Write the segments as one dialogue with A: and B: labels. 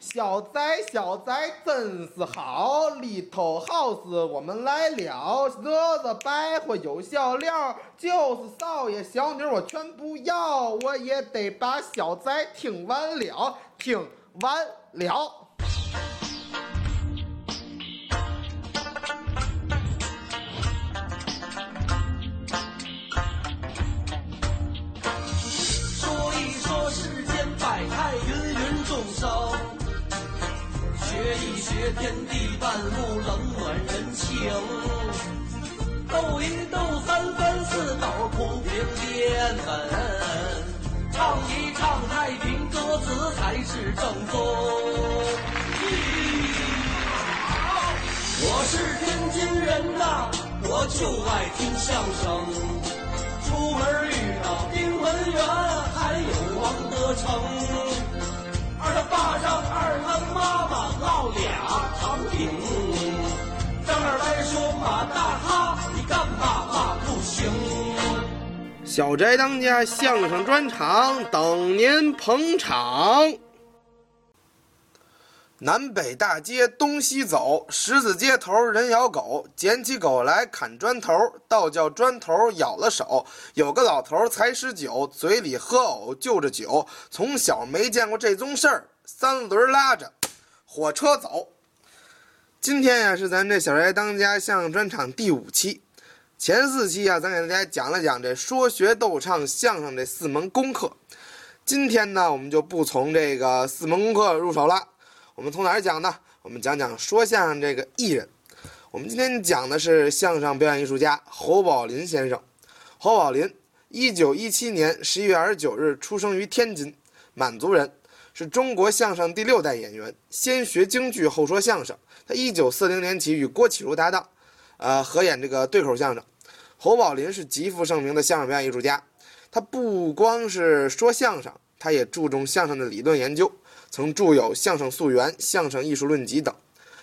A: 小宅小宅真是好，里头 house 我们来了，惹惹白活有笑料，就是少爷小女儿我全不要，我也得把小宅听完了，听完了。
B: 说一说世间百态，芸芸众生。学一学天地万物，冷暖人情。斗一斗三分四斗，铺平垫稳。唱一唱太平歌词，才是正宗。我是天津人呐，我就爱听相声。出门遇到丁文元，还有王德成。二他爸让二他妈妈烙俩糖饼。张二来说马大哈，你干嘛嘛不行？
A: 小宅当家相声专场等您捧场。南北大街东西走，十字街头人咬狗，捡起狗来砍砖头，倒叫砖头咬了手。有个老头才十九，嘴里喝藕就着酒，从小没见过这宗事儿，三轮拉着火车走。今天呀、是咱们这小宅当家相声专场第五期，前四期啊，咱给大家讲了讲这说学逗唱相声这四门功课。今天呢，我们就不从这个四门功课入手了，我们从哪儿讲呢？我们讲讲说相声这个艺人。我们今天讲的是相声表演艺术家侯宝林先生。侯宝林，一九一七年十一月二十九日出生于天津，满族人，是中国相声第六代演员，先学京剧后说相声。他一九四零年起与郭启儒搭档，呃，合演这个对口相声。侯宝林是极负盛名的相声表演艺术家，他不光是说相声，他也注重相声的理论研究，曾著有《相声溯源》《相声艺术论集》等，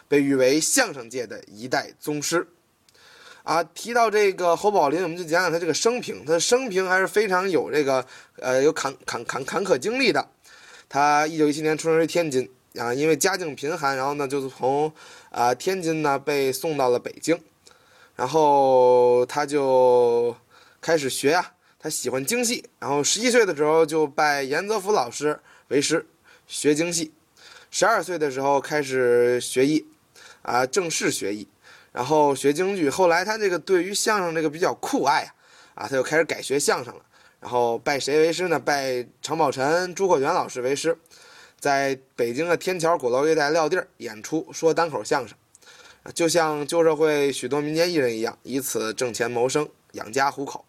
A: 被誉为相声界的一代宗师。啊，提到这个侯宝林，我们就讲讲他这个生平。他的生平还是非常有这个呃有坎坎坎坎坷经历的。他一九一七年出生于天津啊，因为家境贫寒，然后呢就是从啊、天津呢被送到了北京。然后他就开始学啊，他喜欢京戏，然后十一岁的时候就拜严泽福老师为师学京戏，十二岁的时候开始学艺，啊，正式学艺，然后学京剧。后来他这个对于相声这个比较酷爱啊，啊，他就开始改学相声了。然后拜谁为师呢？拜常宝臣、朱克元老师为师，在北京的天桥鼓楼一带撂地儿演出说单口相声。就像旧社会许多民间艺人一样，以此挣钱谋生，养家糊口。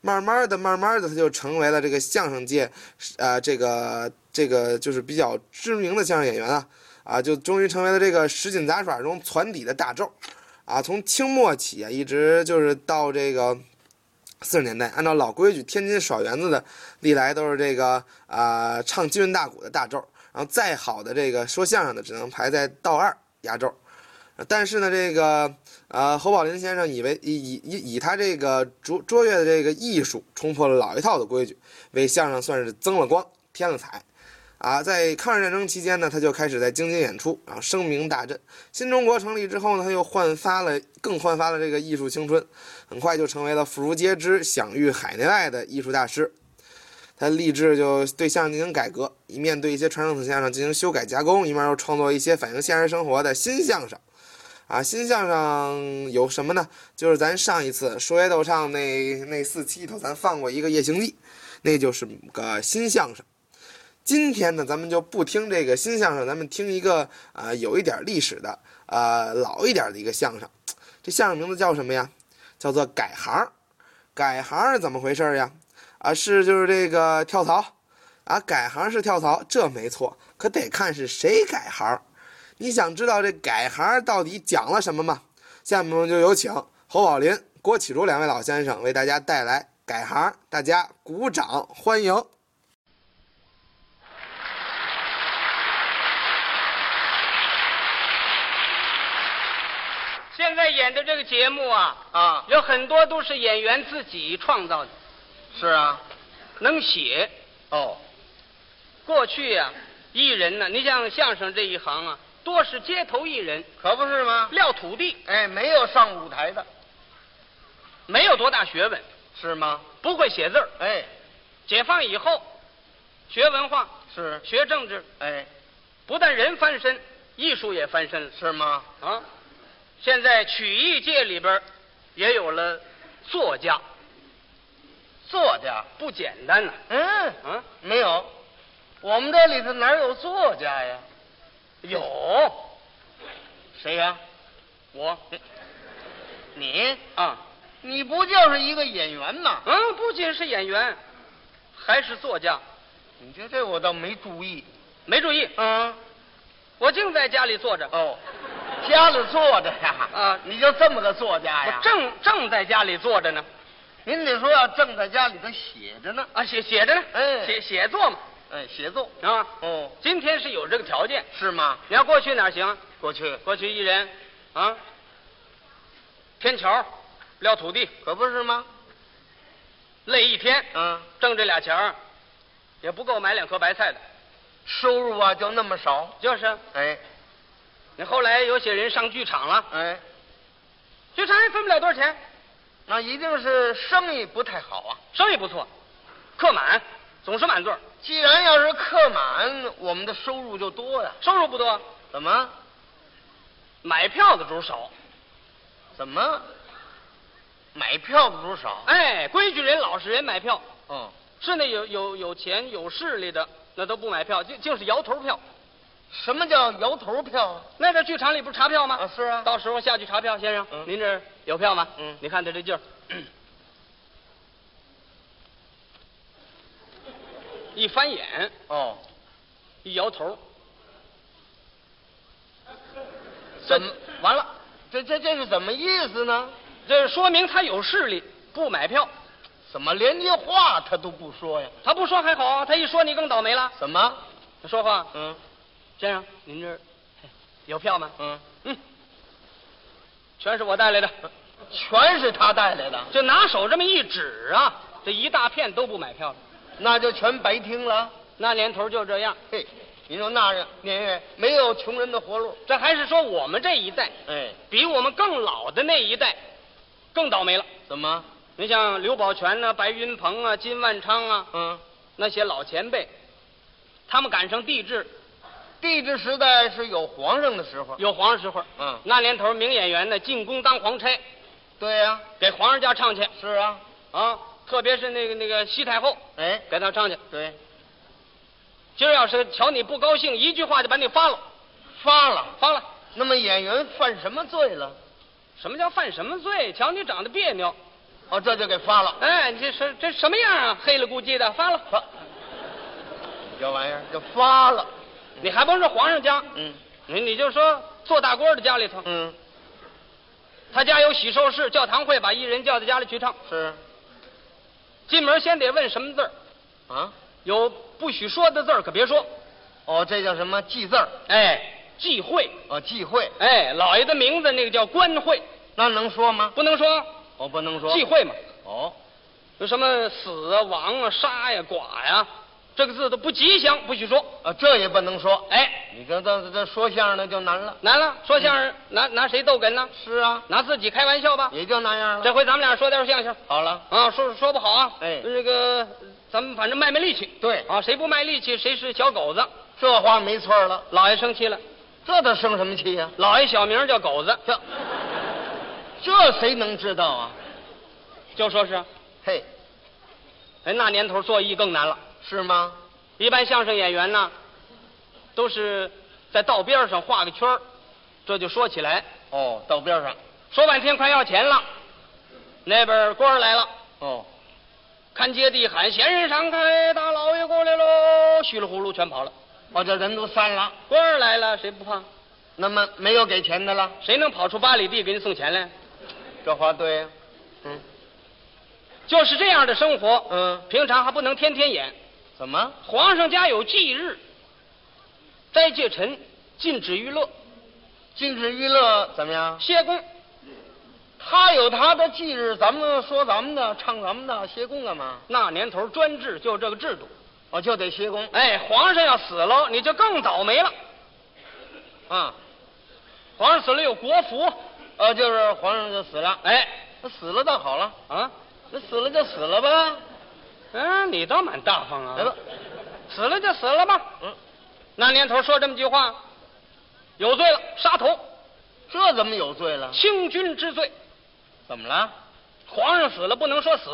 A: 慢慢的，慢慢的，他就成为了这个相声界，呃，这个这个就是比较知名的相声演员啊，啊，就终于成为了这个十锦杂耍中攒底的大咒，啊，从清末起啊，一直就是到这个四十年代，按照老规矩，天津耍园子的历来都是这个啊、唱金韵大鼓的大咒，然后再好的这个说相声的只能排在道二压轴。但是呢，这个呃，侯宝林先生以为以以以以他这个卓卓越的这个艺术，冲破了老一套的规矩，为相声算是增了光、添了彩。啊，在抗日战争期间呢，他就开始在京津演出，然后声名大振。新中国成立之后呢，他又焕发了，更焕发了这个艺术青春，很快就成为了妇孺皆知、享誉海内外的艺术大师。他立志就对相声进行改革，一面对一些传统相声进行修改加工，一面又创作一些反映现实生活的新相声。啊，新相声有什么呢？就是咱上一次说学逗唱那那四期里头，咱放过一个《夜行记》，那就是个新相声。今天呢，咱们就不听这个新相声，咱们听一个呃有一点历史的呃老一点的一个相声。这相声名字叫什么呀？叫做改行。改行是怎么回事呀？啊，是就是这个跳槽啊，改行是跳槽，这没错，可得看是谁改行。你想知道这改行到底讲了什么吗？下面我们就有请侯宝林、郭启儒两位老先生为大家带来《改行》，大家鼓掌欢迎。
C: 现在演的这个节目啊，
D: 啊
C: 有很多都是演员自己创造的，
D: 是啊，
C: 能写。
D: 哦，
C: 过去呀、啊艺人呢，你像相声这一行啊，多是街头艺人，
D: 可不是吗？
C: 撂土地，
D: 哎，没有上舞台的，
C: 没有多大学问，
D: 是吗？
C: 不会写字儿。
D: 哎，
C: 解放以后，学文化，
D: 是，
C: 学政治，
D: 哎，
C: 不但人翻身，艺术也翻身了
D: 是吗？
C: 啊！现在曲艺界里边儿也有了作家，
D: 作家？
C: 不简单呐、
D: 嗯，
C: 啊！啊，
D: 没有，我们这里头哪有作家呀？
C: 有
D: 哎谁呀？
C: 我
D: 你？
C: 啊，
D: 你不就是一个演员吗？
C: 嗯，不仅是演员，还是作家。
D: 你这这我倒没注意。
C: 没注意，
D: 嗯，
C: 我净在家里坐着，
D: 哦，家里坐着呀。
C: 啊
D: 你就这么个作家哎呀？
C: 我，正正在家里坐着呢，
D: 您得说要正在家里头写着呢。
C: 啊，写写着呢，
D: 哎
C: 写写作嘛，
D: 哎，写作。
C: 啊，
D: 哦，
C: 今天是有这个条件。
D: 是吗？
C: 你要过去哪儿行啊？
D: 过去
C: 过去一人啊，天桥撂土地，
D: 可不是吗？
C: 累一天，啊
D: 嗯，
C: 挣这俩钱儿也不够买两颗白菜的。
D: 收入啊就那么少。
C: 就是啊，
D: 哎
C: 你后来有些人上剧场了，
D: 哎，
C: 剧场也分不了多少钱，
D: 那一定是生意不太好啊。
C: 生意不错，客满，总是满座儿，
D: 既然要是客满，我们的收入就多呀。
C: 收入不多，
D: 怎么？
C: 买票的主少。
D: 怎么？买票的不少？
C: 哎，规矩人、老实人买票，
D: 哦，
C: 是那有有有钱有势力的，那都不买票，就就是摇头票。
D: 什么叫摇头票啊？
C: 那边剧场里不是查票吗？
D: 啊，是啊。
C: 到时候下去查票，先生，
D: 嗯
C: 您这儿有票吗？
D: 嗯
C: 你看他这劲儿， 一翻眼，
D: 哦，
C: 一摇头，
D: 怎么完了？这这这是怎么意思呢？
C: 这说明他有势力，不买票。
D: 怎么连句话啊他都不说呀？
C: 他不说还好，啊他一说你更倒霉了。
D: 怎么？
C: 他说话，
D: 嗯
C: 先生，您这儿嘿有票吗？
D: 嗯，
C: 嗯，全是我带来的。
D: 全是他带来的，
C: 就拿手这么一指啊，这一大片都不买票了。
D: 那就全白听了。
C: 那年头就这样，
D: 嘿，您说那年月没有穷人的活路。
C: 这还是说我们这一代
D: 哎，
C: 比我们更老的那一代更倒霉了。
D: 怎么？
C: 你像刘宝全呐、白云鹏啊、金万昌啊
D: 嗯，
C: 那些老前辈，他们赶上帝制，
D: 帝制时代是有皇上的时候。
C: 有皇上时候。
D: 啊嗯
C: 那年头名演员呢进宫当皇差，
D: 对呀、
C: 给皇上家唱去
D: 是啊。
C: 啊，特别是那个那个西太后，
D: 哎，
C: 给她唱去。
D: 对，
C: 今儿要是瞧你不高兴，一句话就把你发了，
D: 发了。
C: 发了。
D: 那么演员犯什么罪了？
C: 什么叫犯什么罪？瞧你长得别扭，
D: 哦，这就给发了。
C: 哎，你这是这什么样啊？黑了咕叽的，发了，
D: 发，你这玩意儿就发了。
C: 你还甭说皇上家，
D: 嗯
C: 你你就说做大官的家里头，
D: 嗯，
C: 他家有喜寿事、教堂会，把艺人叫到家里去唱。
D: 是
C: 进门先得问什么字儿，
D: 啊。
C: 有不许说的字儿可别说。
D: 哦，这叫什么忌字儿？
C: 哎，忌讳。
D: 哦，忌讳，
C: 哎，老爷的名字那个叫官讳，
D: 那能说吗？
C: 不能说
D: 我不能说。
C: 忌。讳嘛。
D: 哦，
C: 有什么死啊、亡啊、杀呀、剐呀，这个字都不吉祥，不许说。
D: 啊，这也不能说。
C: 哎，
D: 你这这这说相声的就难了。
C: 难了，说相声、
D: 嗯
C: 拿拿谁逗哏呢？
D: 是啊，
C: 拿自己开玩笑吧。
D: 也就那样了。
C: 这回咱们俩说点相声。
D: 好了，
C: 啊，说说不好啊，
D: 哎
C: 这个咱们反正卖卖力气，
D: 对
C: 啊，谁不卖力气谁是小狗子。
D: 这话没错儿了。
C: 老爷生气了，
D: 这他生什么气呀、
C: 老爷小名叫狗子，
D: 这这谁能知道啊？
C: 就说是，
D: 嘿，
C: 哎，那年头做艺更难了。
D: 是吗？
C: 一般相声演员呢，都是在道边上画个圈儿这就说起来，
D: 哦，到边上。
C: 说半天快要钱了，那边官儿来了，
D: 哦，
C: 看街的一喊，闲人常开，大老爷过来喽，虚了呼噜全跑了。
D: 哦，这人都散了，
C: 官儿来了，谁不怕？
D: 那么没有给钱的了。
C: 谁能跑出八里地给你送钱来？
D: 这话对呀、嗯
C: 就是这样的生活，
D: 嗯，
C: 平常还不能天天演。
D: 怎么？
C: 皇上家有忌日，斋戒臣，禁止娱乐，
D: 禁止娱乐怎么样？
C: 歇工。
D: 他有他的忌日，咱们说咱们的，唱咱们的，歇工干嘛？
C: 那年头专制就这个制度，
D: 我就得学工。
C: 哎，皇上要死了，你就更倒霉了。啊，皇上死了有国服，
D: 呃，就是皇上就死了，
C: 哎，
D: 那死了倒好了，啊
C: 啊，
D: 那死了就死了吧。
C: 嗯、你倒蛮大方
D: 来
C: 啊
D: 吧。，
C: 死了就死了吧。
D: 嗯，
C: 那年头说这么句话，有罪了，杀头，
D: 这怎么有罪了？
C: 清君之罪。
D: 怎么了？
C: 皇上死了不能说死，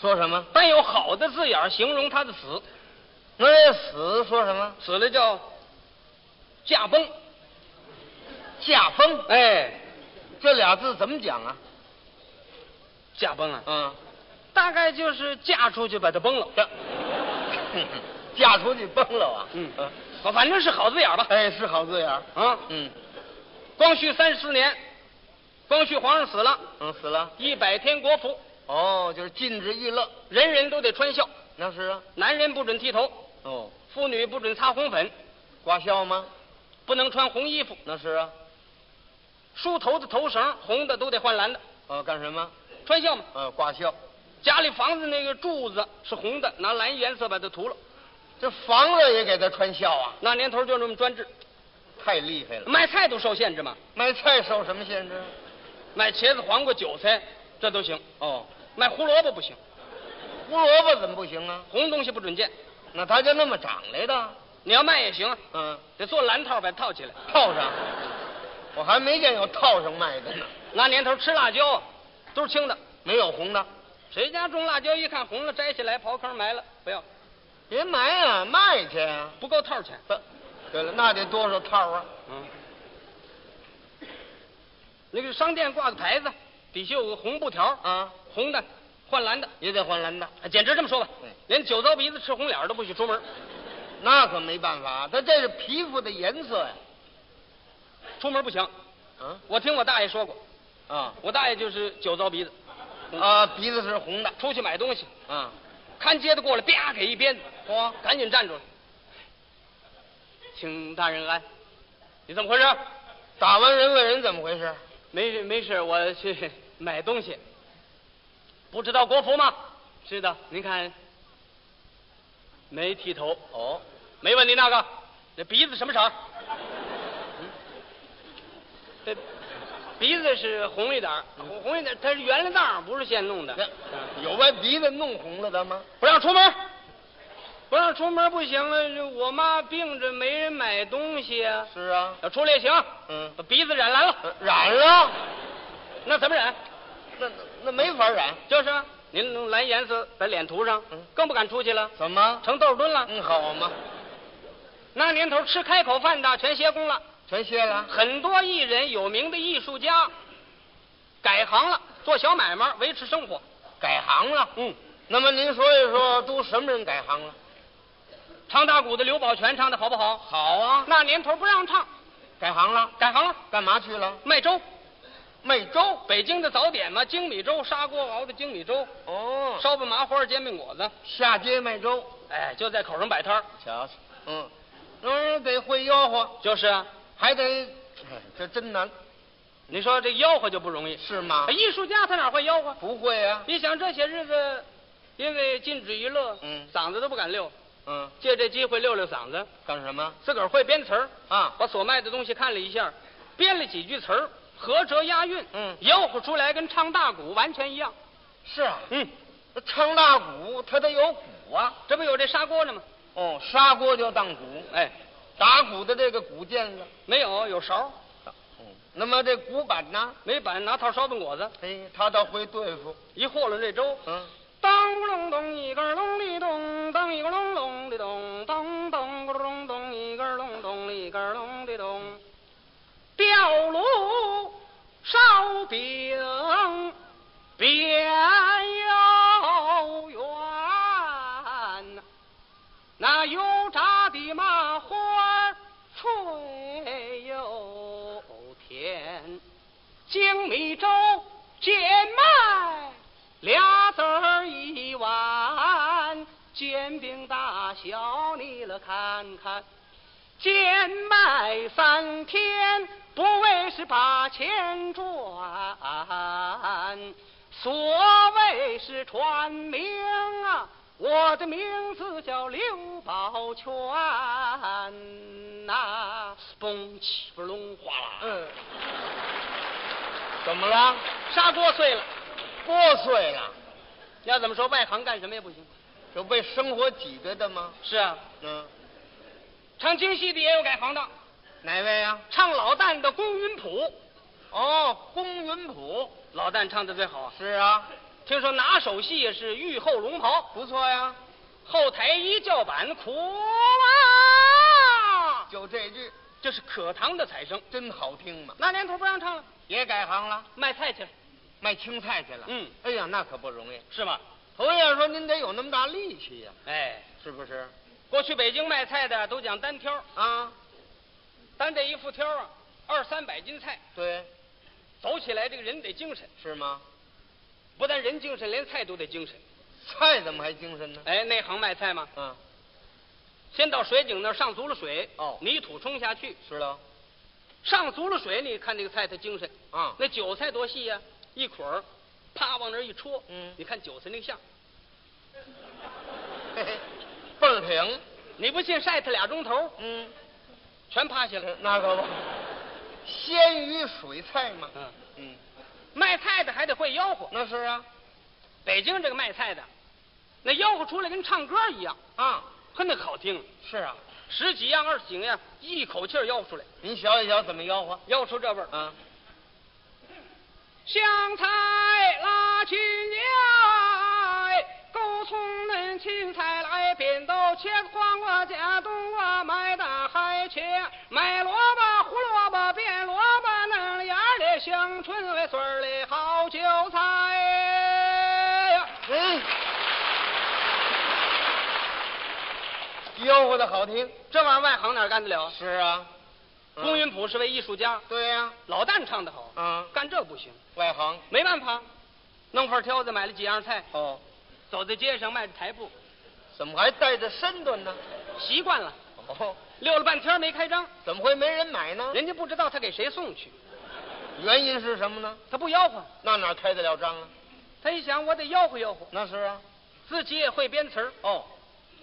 D: 说什么？
C: 但有好的字眼儿形容他的死，
D: 那死说什么？
C: 死了叫驾崩。
D: 驾崩，
C: 哎，
D: 这俩字怎么讲啊？
C: 驾崩啊，
D: 嗯，
C: 大概就是嫁出去把他崩了。
D: 这嫁出去崩了啊？
C: 嗯，反反正是好字眼儿吧。
D: 哎，是好字眼儿。
C: 啊，
D: 嗯
C: 光绪三十四年，光绪皇上死了，
D: 嗯，死了。
C: 一百天国服，
D: 哦，就是禁止娱乐，
C: 人人都得穿孝，
D: 那是啊。
C: 男人不准剃头，
D: 哦，
C: 妇女不准擦红粉，
D: 挂孝吗？
C: 不能穿红衣服，
D: 那是啊。
C: 梳头的头绳红的都得换蓝的，
D: 呃，干什么？
C: 穿孝嘛。
D: 呃，挂孝。
C: 家里房子那个柱子是红的，拿蓝颜色把它涂了。
D: 这房子也给他穿孝啊，
C: 那年头就这么专制，
D: 太厉害了。
C: 卖菜都受限制嘛，
D: 卖菜受什么限制？
C: 卖茄子、黄瓜、韭菜这都行，
D: 哦，
C: 卖胡萝卜不行，
D: 胡萝卜怎么不行啊？
C: 红东西不准见。
D: 那他就那么长来的。
C: 你要卖也行啊，
D: 嗯，
C: 得做蓝套把它套起来。
D: 套上，我还没见有套上卖的呢，
C: 那年头吃辣椒啊，都是青的，
D: 没有红的。
C: 谁家种辣椒一看红了，摘下来刨坑埋了，不要，
D: 别埋啊，卖去啊。
C: 不够套钱。
D: 不对了，那得多少套啊？
C: 嗯，那个商店挂个牌子，底下有个红布条，
D: 啊，
C: 红的换蓝的，
D: 也得换蓝的。
C: 啊简直这么说吧
D: 嗯，
C: 连酒糟鼻子吃红脸儿都不许出门，
D: 那可没办法，他这是皮肤的颜色呀、
C: 出门不行。
D: 啊。
C: 我听我大爷说过，
D: 啊
C: 我大爷就是酒糟鼻子，
D: 啊，鼻子是红的
C: 出去买东西，
D: 啊，
C: 看街的过来，啪给一鞭子，
D: 嚯，
C: 赶紧站住了，请大人安。你怎么回事？
D: 打完人问人怎么回事？
C: 没事没事，我去买东西。不知道国服吗？知道。您看，没剃头，
D: 哦，
C: 没问你那个，那鼻子什么色儿？嗯，这鼻子是红一点儿，红红一点儿，它是圆了当儿，不是现弄的。
D: 嗯那有把鼻子弄红了的吗？
C: 不让出门，不让出门不行啊！这我妈病着，没人买东西啊。
D: 是啊，
C: 要出烈行，
D: 嗯，
C: 把鼻子染蓝了，
D: 呃染了，
C: 那怎么染？
D: 那那没法染，
C: 就是啊您弄蓝颜色把脸涂上
D: 嗯，
C: 更不敢出去了，
D: 怎么？
C: 成豆墩了。
D: 嗯，好嘛，
C: 那年头吃开口饭的全歇工了，
D: 全卸了，
C: 很多艺人、有名的艺术家改行了，做小买卖维持生活。
D: 改行了。
C: 嗯，
D: 那么您说一说，都什么人改行了？
C: 唱大鼓的刘宝全唱的好不好？
D: 好啊，
C: 那年头不让唱，
D: 改行了，
C: 改行了，
D: 干嘛去了？
C: 卖粥。
D: 卖粥。
C: 北京的早点嘛，精米粥，砂锅熬的精米粥，
D: 哦，
C: 烧饼麻花、煎饼果子，
D: 下街卖粥，
C: 哎，就在口上摆摊儿。
D: 瞧瞧，嗯，嗯，得会吆喝，
C: 就是啊，
D: 还得，哎这真难，
C: 你说这吆喝就不容易，
D: 是吗
C: 哎？艺术家他哪会吆喝？
D: 不会啊，
C: 你想这些日子，因为禁止娱乐，
D: 嗯
C: 嗓子都不敢溜，
D: 嗯，
C: 借这机会溜溜嗓子，
D: 干什么
C: 自个儿会编词儿，
D: 啊？
C: 把所卖的东西看了一下，编了几句词儿，合辙押韵，
D: 嗯
C: 吆喝出来跟唱大鼓完全一样。
D: 是啊，
C: 嗯，
D: 唱大鼓，它得有鼓啊。
C: 这不有这砂锅呢吗？
D: 哦，砂锅就当鼓，
C: 哎，
D: 打鼓的这个鼓键子。
C: 没有，有勺儿，
D: 嗯，那么这鼓板呢？
C: 没板拿套烧饼果子，
D: 嘿，他倒会对付。
C: 一和了这粥。
D: 嗯，
C: 当咕隆咚，一根隆里咚，当一个隆隆的咚，当当咕隆咚，一根隆咚里根隆的咚，吊炉烧饼边又圆，那油炸的麻花儿脆又甜。精米粥贱卖俩子儿一碗，煎饼大小你了看看，贱卖三天不为是把钱赚，所谓是传名啊，我的名字叫刘宝全呐、蹦起不隆哗啦，
D: 嗯，怎么了？
C: 砂锅碎了。
D: 破碎了，
C: 要怎么说外行干什么也不行。
D: 有被生活挤兑的吗？
C: 是啊，
D: 嗯，
C: 唱京戏的也有改行当，
D: 哪位啊？
C: 唱老旦的龚云普，
D: 哦，龚云普。
C: 老旦唱的最好啊。
D: 是啊，
C: 听说拿手戏也是御后龙袍，
D: 不错呀，
C: 后台一叫板，苦啊！
D: 就这句
C: 这是可堂的彩声。
D: 真好听嘛。
C: 那年头不让唱了，
D: 也改行了，
C: 卖菜去了，
D: 卖青菜去了。
C: 嗯，
D: 哎呀，那可不容易。
C: 是吗？
D: 头一样说您得有那么大力气呀、
C: 哎，
D: 是不是？
C: 过去北京卖菜的都讲单挑，
D: 啊，
C: 单这一副挑啊，二三百斤菜，
D: 对，
C: 走起来这个人得精神，
D: 是吗？
C: 不但人精神，连菜都得精神。
D: 菜怎么还精神呢？
C: 哎，内行卖菜嘛，
D: 啊，
C: 先到水井那儿上足了水，
D: 哦
C: 泥土冲下去，
D: 是了，
C: 上足了水，你看这个菜它精神。
D: 啊，
C: 那韭菜多细呀、一捆儿，啪往那儿一戳，
D: 嗯
C: 你看韭菜那个相，
D: 嘿嘿，倍儿平。
C: 你不信晒它俩钟头，
D: 嗯，
C: 全趴下来。
D: 那可不，鲜鱼水菜嘛。
C: 嗯，
D: 嗯，
C: 卖菜的还得会吆喝，
D: 那是啊，
C: 北京这个卖菜的，那吆喝出来跟唱歌一样，
D: 啊，
C: 呵，那可好听，
D: 是啊。
C: 十几样二十几样，一口气儿吆喝出来，
D: 您瞧一瞧怎么吆喝
C: 吆喝出这味儿。
D: 啊？
C: 香菜拉青来，狗葱嫩青菜来，扁豆茄子黄瓜假冬瓜，买大海茄，买萝卜胡萝卜变萝卜，嫩芽儿的香椿味穗儿的好韭菜呀。
D: 嗯，吆喝的好听。
C: 这玩意儿外行哪干得了？
D: 是啊，
C: 龚云普是位艺术家，
D: 对呀、
C: 老旦唱得好，
D: 啊，
C: 干这不行，
D: 外行
C: 没办法，弄份挑子买了几样菜，
D: 哦，
C: 走在街上迈着台步，
D: 怎么还带着身段呢？
C: 习惯了，
D: 哦，
C: 溜了半天没开张。
D: 怎么会没人买呢？
C: 人家不知道他给谁送去，
D: 原因是什么呢？
C: 他不吆喝，
D: 那哪开得了张啊？
C: 他一想我得吆喝吆喝，
D: 那是啊，
C: 自己也会编词儿，
D: 哦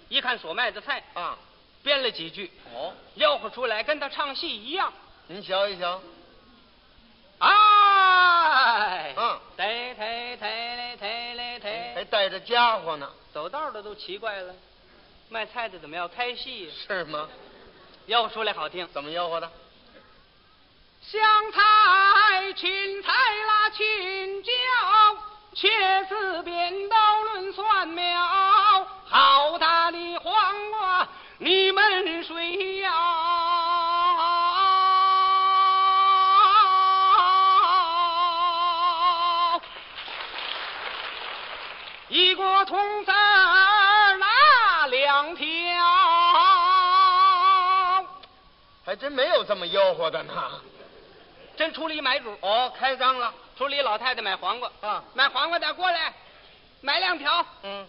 C: 一看所卖的菜，
D: 啊，
C: 编了几句，
D: 哦，
C: 吆喝出来跟他唱戏一样。
D: 您瞧一瞧，
C: 哎，
D: 嗯，哎
C: 抬抬抬嘞抬嘞抬，
D: 还带着家伙呢，
C: 走道的都奇怪了，卖菜的怎么要开戏呀？
D: 是吗？
C: 吆喝出来好听，
D: 怎么吆喝的？
C: 香菜、芹菜啦、青椒、茄子、扁豆、论蒜苗，好大的黄瓜，你们谁要？一锅铜子儿拿两条。
D: 还真没有这么吆喝的呢。
C: 真出了一买主
D: 哦，开张了
C: 出了一老太太买黄瓜，
D: 啊，
C: 买黄瓜的过来，买两条。
D: 嗯，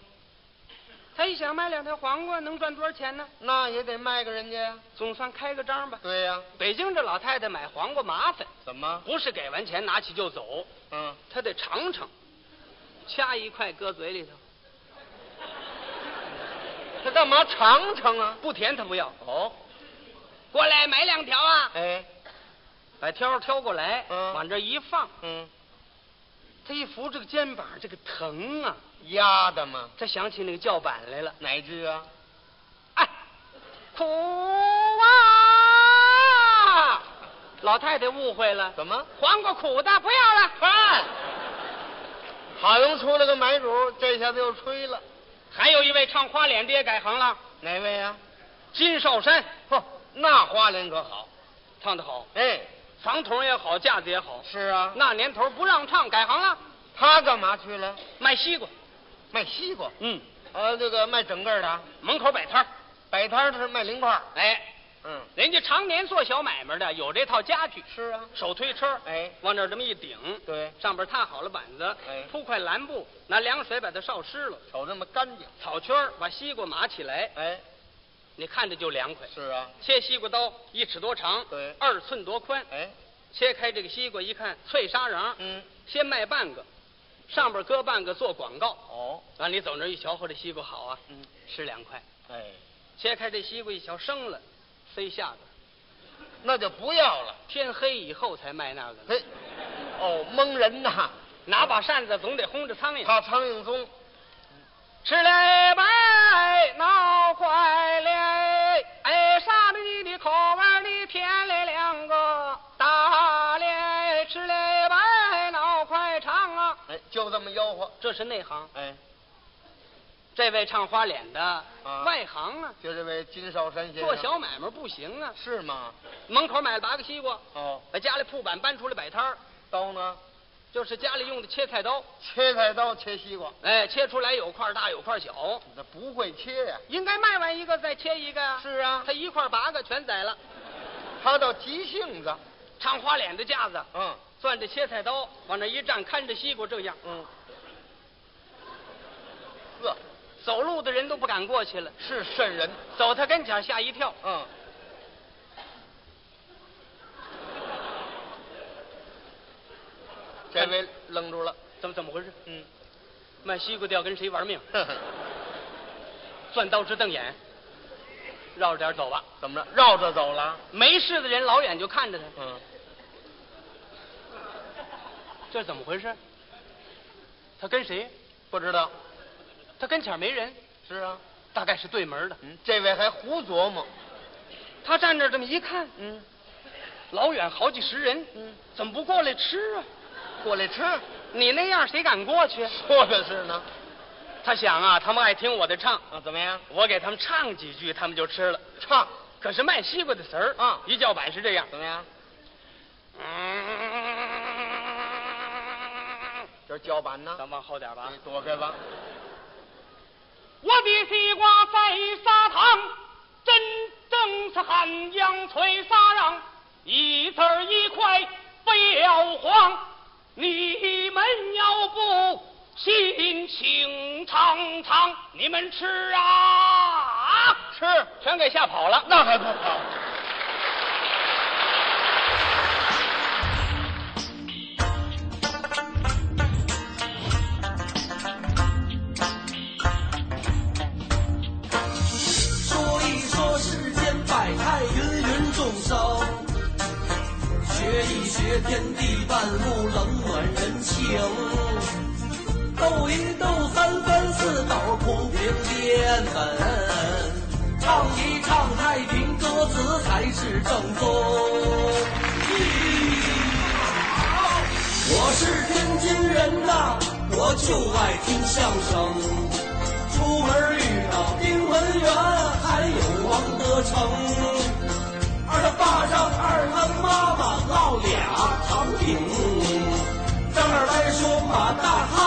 C: 他一想买两条黄瓜能赚多少钱呢？
D: 那也得卖给人家呀。
C: 总算开个张吧。
D: 对呀、
C: 北京这老太太买黄瓜麻烦，
D: 怎么？
C: 不是给完钱拿起就走，
D: 嗯，
C: 她得尝尝，掐一块搁嘴里头，
D: 他干嘛尝尝啊？
C: 不甜她不要。
D: 哦，
C: 过来买两条啊，
D: 哎，
C: 把挑挑过来，
D: 嗯
C: 往这一放，
D: 嗯，
C: 她一扶这个肩膀，这个疼啊！
D: 压的嘛，
C: 她想起那个叫板来了，
D: 哪句啊？
C: 哎，苦啊！老太太误会了。
D: 怎么？
C: 黄瓜苦的不要了，
D: 看，好容易出了个买主，这下子又吹了。
C: 还有一位唱花脸的也改行了，
D: 哪位呀、
C: 金少山
D: 哎嚯，那花脸可好。
C: 唱得好，
D: 哎，
C: 房筒也好，架子也好。
D: 是啊，
C: 那年头不让唱，改行了，
D: 他干嘛去了？
C: 卖西瓜。
D: 卖西瓜。
C: 嗯，
D: 呃，这个卖整个儿的啊，
C: 门口摆摊儿
D: 摆摊儿的是卖零块儿。
C: 哎，
D: 嗯，
C: 人家常年做小买卖的有这套家具，
D: 是啊。
C: 手推车，
D: 哎，
C: 往这儿这么一顶，
D: 对，
C: 上边踏好了板子
D: 哎，
C: 铺块蓝布，拿凉水把它烧湿了，
D: 瞅这么干净。
C: 草圈儿把西瓜码起来，
D: 哎，
C: 你看着就凉快。
D: 是啊。
C: 切西瓜刀一尺多长，
D: 对
C: 二寸多宽，
D: 哎，
C: 切开这个西瓜一看，脆沙瓤，
D: 嗯，
C: 先卖半个，上边搁半个做广告。
D: 哦，
C: 完你走那儿一瞧，嚯，这西瓜好啊，
D: 嗯，
C: 吃两块。
D: 哎，
C: 切开这西瓜一瞧，生了，塞下边儿。
D: 那就不要了。
C: 天黑以后才卖那个呢，
D: 嘿，哎哦，蒙人呐，
C: 拿把扇子总得轰着苍蝇。
D: 怕苍蝇松。
C: 吃嘞呗，闹快嘞，哎，啥的你的口味里添了两个大嘞，吃嘞呗，闹快唱啊！
D: 哎，就这么吆喝。
C: 这是内行，
D: 哎，
C: 这位唱花脸的、外行啊，
D: 就这位金少山先生。
C: 做小买卖不行啊。
D: 是吗？
C: 门口买了八个西瓜，
D: 哦，
C: 把家里铺板搬出来摆摊儿，
D: 刀呢？
C: 就是家里用的切菜刀，
D: 切菜刀切西瓜，
C: 哎，切出来有块儿大有块儿小，
D: 你这不会切呀、
C: 应该卖完一个再切一个呀、
D: 是啊
C: 他，一块儿八个全宰了，
D: 他倒急性子。
C: 唱花脸的架子，
D: 嗯
C: 攥着切菜刀往那一站，看着西瓜这样，
D: 嗯，呵，
C: 走路的人都不敢过去了，
D: 是瘆人。
C: 走他跟前儿吓一跳，
D: 嗯，这位愣住了。
C: 怎么怎么回事？
D: 嗯，
C: 卖西瓜的要跟谁玩命？
D: 呵呵
C: 攥刀直瞪眼，绕着点儿走吧。
D: 怎么着？绕着走了？
C: 没事的人老远就看着他，
D: 嗯，
C: 这是怎么回事？他跟谁？
D: 不知道。
C: 他跟前儿没人，
D: 是啊。
C: 大概是对门儿的。
D: 嗯，这位还胡琢磨。
C: 他站那儿这么一看，
D: 嗯，
C: 老远好几十人，
D: 嗯，
C: 怎么不过来吃啊？
D: 过来吃。
C: 你那样谁敢过去？
D: 说的是呢。
C: 他想啊，他们爱听我的唱，
D: 啊，怎么样？
C: 我给他们唱几句，他们就吃了。
D: 唱
C: 可是卖西瓜的词儿
D: 啊
C: 一叫板是这样。
D: 怎么 样？这是叫板呢。
C: 咱往后点吧啊
D: 你。躲开吧。
C: 我的西瓜在砂糖，真正是汉阳催沙瓤，一字儿一块不要慌。你们要不信，请尝尝，你们吃啊，
D: 吃，
C: 全给吓跑了。
D: 那还不好？
B: 说一说世间百态，芸芸众生。学一学天地万物，冷暖人情。斗一斗三分四斗，铺平淀粉。唱一唱太平歌词，才是正宗。我是天津人呐，我就爱听相声。出门遇到丁文元，还有王德成。二他爸让二他妈妈烙俩糖饼。正儿来说马大哈